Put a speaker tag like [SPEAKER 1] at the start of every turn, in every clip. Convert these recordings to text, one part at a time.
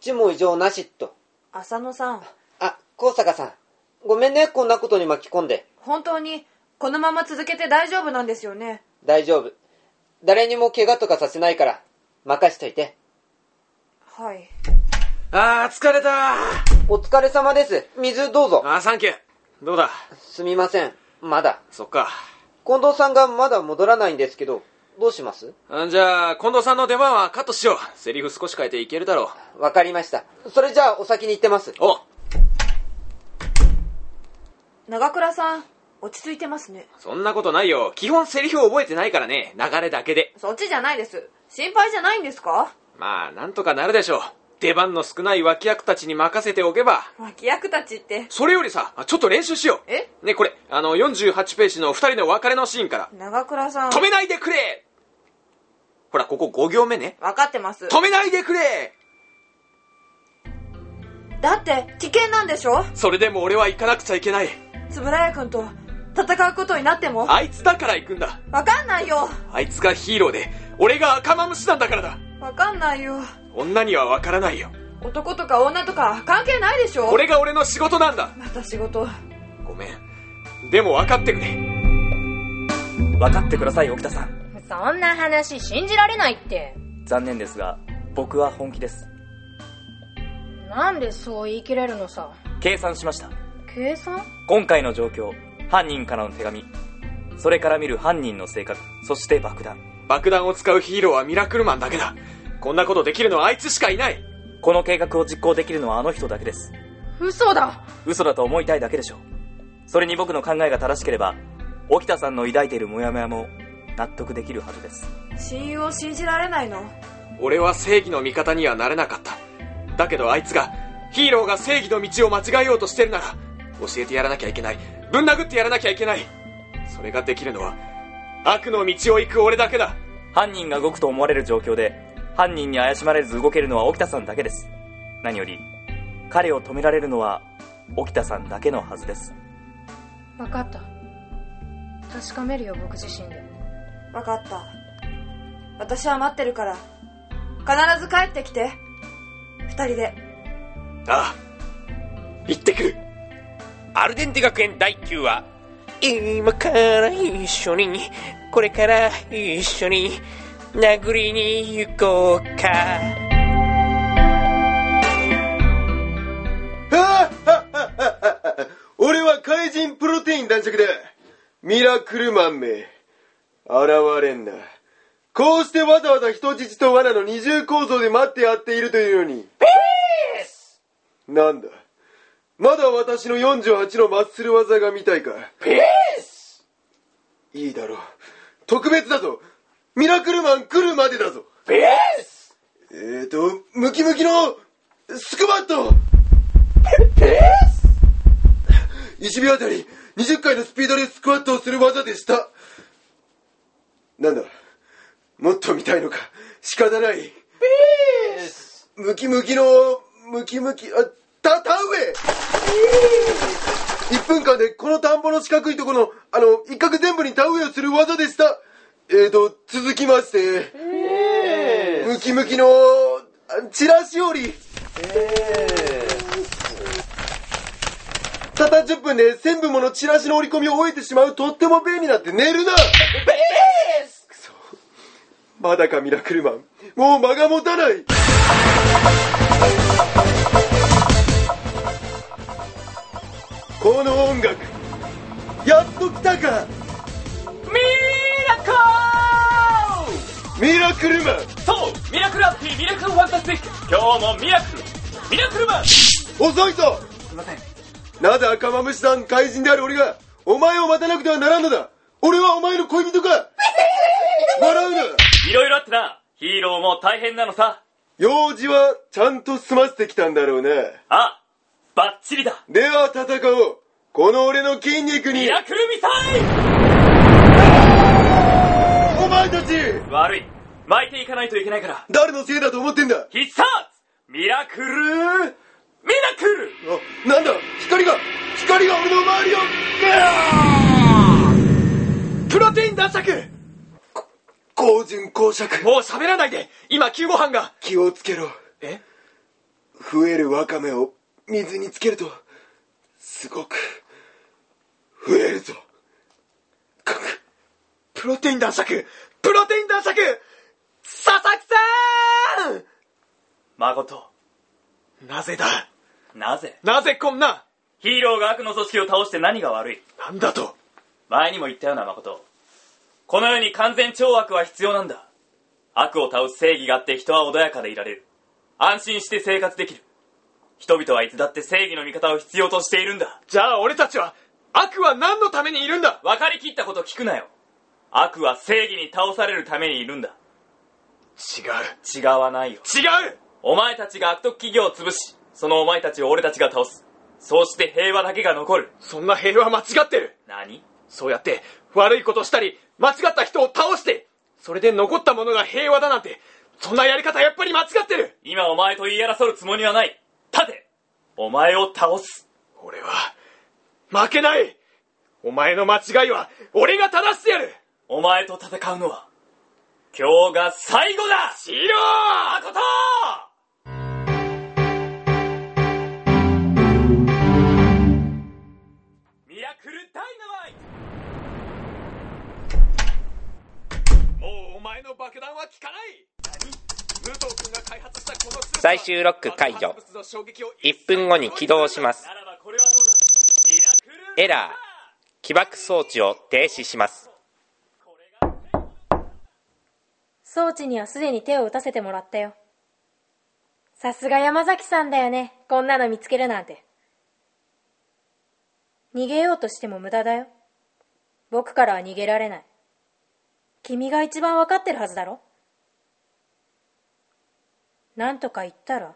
[SPEAKER 1] ちも異常なしと。
[SPEAKER 2] 浅野さん
[SPEAKER 1] あ、高坂さん。ごめんね、こんなことに巻き込んで。
[SPEAKER 2] 本当にこのまま続けて大丈夫なんですよね
[SPEAKER 1] 大丈夫。誰にも怪我とかさせないから、任しといて。
[SPEAKER 2] はい
[SPEAKER 3] あー、疲れた
[SPEAKER 1] お疲れ様です。水どうぞ。
[SPEAKER 3] あー、サンキュー。どうだ
[SPEAKER 1] すみません。まだ。
[SPEAKER 3] そっか。
[SPEAKER 1] 近藤さんがまだ戻らないんですけど、どうします
[SPEAKER 3] あじゃあ、近藤さんの出番はカットしよう。セリフ少し変えていけるだろ
[SPEAKER 1] わかりました。それじゃあ、お先に行ってます。
[SPEAKER 3] う。お
[SPEAKER 2] 長倉さん落ち着いてますね
[SPEAKER 3] そんなことないよ。基本セリフを覚えてないからね。流れだけで。
[SPEAKER 2] そっちじゃないです心配じゃないんですか
[SPEAKER 3] まあ、なんとかなるでしょう。出番の少ない脇役たちに任せておけば。
[SPEAKER 2] 脇役たちって
[SPEAKER 3] それよりさ、ちょっと練習しよう。
[SPEAKER 2] え
[SPEAKER 3] ね、これ、あの、48ページの2人の別れのシーンから。
[SPEAKER 2] 長倉さん
[SPEAKER 3] 止めないでくれほら、ここ5行目ね。
[SPEAKER 2] 分かってます
[SPEAKER 3] 止めないでくれ
[SPEAKER 2] だって危険なんでしょ
[SPEAKER 3] それでも俺は行かなくちゃいけない。
[SPEAKER 2] 円谷君と戦うことになっても
[SPEAKER 3] あいつだから行くんだ。
[SPEAKER 2] 分かんないよ
[SPEAKER 3] あいつがヒーローで、俺が赤マムシなんだからだ。
[SPEAKER 2] 分かんないよ
[SPEAKER 3] 女にはわからないよ。
[SPEAKER 2] 男とか女とか関係ないでしょ
[SPEAKER 3] これが俺の仕事なんだ。
[SPEAKER 2] また仕事
[SPEAKER 3] ごめん。でも分かってくれ。
[SPEAKER 4] 分かってください沖田さん
[SPEAKER 5] そんな話信じられないって。
[SPEAKER 4] 残念ですが僕は本気です
[SPEAKER 5] なんでそう言い切れるのさ。
[SPEAKER 4] 計算しました
[SPEAKER 5] 計算
[SPEAKER 4] 今回の状況犯人からの手紙それから見る犯人の性格そして爆弾
[SPEAKER 3] 爆弾を使うヒーローはミラクルマンだけだ。こんなことできるのはあいつしかいない。
[SPEAKER 4] この計画を実行できるのはあの人だけです
[SPEAKER 5] 嘘だ
[SPEAKER 4] 嘘だと思いたいだけでしょうそれに僕の考えが正しければ沖田さんの抱いているモヤモヤも納得できるはずです
[SPEAKER 2] 親友を信じられないの
[SPEAKER 3] 俺は正義の味方にはなれなかった。だけどあいつが、ヒーローが正義の道を間違えようとしてるなら、教えてやらなきゃいけない。ぶん殴ってやらなきゃいけない。それができるのは、悪の道を行く俺だけだ。
[SPEAKER 4] 犯人が動くと思われる状況で犯人に怪しまれず動けるのは沖田さんだけです何より彼を止められるのは沖田さんだけのはずです
[SPEAKER 5] 分かった。確かめるよ、僕自身で。
[SPEAKER 2] 分かった私は待ってるから必ず帰ってきて二人で
[SPEAKER 3] ああ。行ってくる。
[SPEAKER 6] アルデンテ学園第9話。今から一緒に、これから一緒に、殴りに行こうか。
[SPEAKER 7] 俺は怪人プロテイン男爵だミラクルマンめ現れんなこうしてわざわざ人質と罠の二重構造で待ってやっているというのにピースなんだまだ私の48のマッスル技が見たいかピースいいだろう特別だぞミラクルマン来るまでだぞピースえーとムキムキのスクワット1秒あたり20回のスピードでスクワットをする技でしたなんだもっと見たいのか仕方ないピースムキムキのムキムキあた田植え1分間でこの田んぼの四角いところのあの一角全部に田植えをする技でしたえーと続きましてムキムキのあチラシ折りたった10分で1000分ものチラシの折り込みを終えてしまうとっても便利なって寝るなベースくそまだかミラクルマンもう間が持たないこの音楽やっと来たかミラクルミラクルマン
[SPEAKER 8] そうミラクルアッピーミラクルファンタスティック今日もミラクルミラクルマン
[SPEAKER 7] 遅いぞなぜ赤マムシさん怪人である俺がお前を待たなくてはならんのだ俺はお前の恋人か笑うない
[SPEAKER 8] ろいろあってなヒーローも大変なのさ
[SPEAKER 7] 用事はちゃんと済ませてきたんだろうな
[SPEAKER 8] あバッチリだ
[SPEAKER 7] では戦おうこの俺の筋肉
[SPEAKER 8] ミ
[SPEAKER 7] に
[SPEAKER 8] ラクルミサイ
[SPEAKER 7] お前たち
[SPEAKER 8] ル悪い巻いていかないといけないから
[SPEAKER 7] 誰のせいだと思ってんだ
[SPEAKER 8] 必殺ミラクルミラクル
[SPEAKER 7] あなんだ光が光が俺の周りを
[SPEAKER 3] プロテイン男爵
[SPEAKER 7] 高順公爵
[SPEAKER 3] もう喋らないで今、救護班が
[SPEAKER 7] 気をつけろ
[SPEAKER 3] え
[SPEAKER 7] 増えるワカメを水につけると、すごく、増えるぞ。かくプロテイン男爵プロテイン男爵佐々木さ
[SPEAKER 4] 誠、
[SPEAKER 7] んなぜだ
[SPEAKER 4] なぜ
[SPEAKER 3] なぜこんな
[SPEAKER 4] ヒーローが悪の組織を倒して何が悪い
[SPEAKER 7] なんだと
[SPEAKER 4] 前にも言ったような誠この世に完全懲悪は必要なんだ悪を倒す正義があって人は穏やかでいられる安心して生活できる人々はいつだって正義の味方を必要としているんだ
[SPEAKER 3] じゃあ俺たちは、悪は何のためにいるんだ
[SPEAKER 4] 分かりきったこと聞くなよ悪は正義に倒されるためにいるんだ
[SPEAKER 3] 違う。
[SPEAKER 4] 違わないよ
[SPEAKER 3] 違う
[SPEAKER 4] お前たちが悪徳企業を潰しそのお前たちを俺たちが倒すそうして平和だけが残る
[SPEAKER 3] そんな平和間違ってる
[SPEAKER 4] 何
[SPEAKER 3] そうやって、悪いことしたり、間違った人を倒して、それで残ったものが平和だなんて、そんなやり方やっぱり間違ってる
[SPEAKER 4] 今お前と言い争うつもりはない立てお前を倒す
[SPEAKER 3] 俺は、負けないお前の間違いは、俺が正してやる
[SPEAKER 4] お前と戦うのは今日が最後だ
[SPEAKER 3] ヒーロー
[SPEAKER 4] 誠ミラクルダイ
[SPEAKER 3] もうお前の爆弾は効かない武藤君が開発したこのスーパー
[SPEAKER 6] 最終ロック解除
[SPEAKER 3] 爆発物の衝撃を
[SPEAKER 6] 1分後に起動します
[SPEAKER 4] ナマイトならばこれはどうだミラクル
[SPEAKER 6] エラー起爆装置を停止します
[SPEAKER 4] これが
[SPEAKER 5] 装置にはすでに手を打たせてもらったよ。さすが山崎さんだよね。こんなの見つけるなんて。逃げようとしても無駄だよ。僕からは逃げられない。君が一番わかってるはずだろなんとか言ったら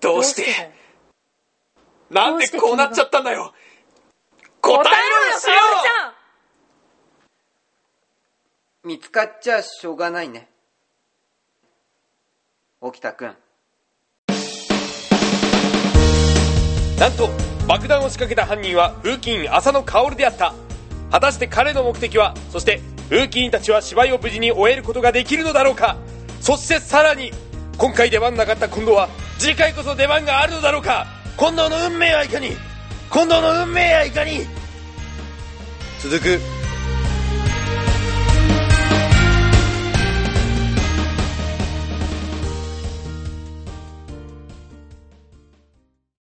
[SPEAKER 3] ど
[SPEAKER 5] どう
[SPEAKER 3] うし
[SPEAKER 5] してだ
[SPEAKER 3] て
[SPEAKER 5] よ
[SPEAKER 3] なんでこうなっちゃったんだよ答えろよしろ
[SPEAKER 5] 沙織ちゃん
[SPEAKER 1] 見つかっちゃしょうがないね。沖田くん。
[SPEAKER 6] なんと爆弾を仕掛けた犯人は風紀委員浅野薫であった果たして彼の目的はそして風紀委員たちは芝居を無事に終えることができるのだろうかそしてさらに今回出番なかった今度は次回こそ出番があるのだろうか今度の運命はいかに今度の運命はいかに続く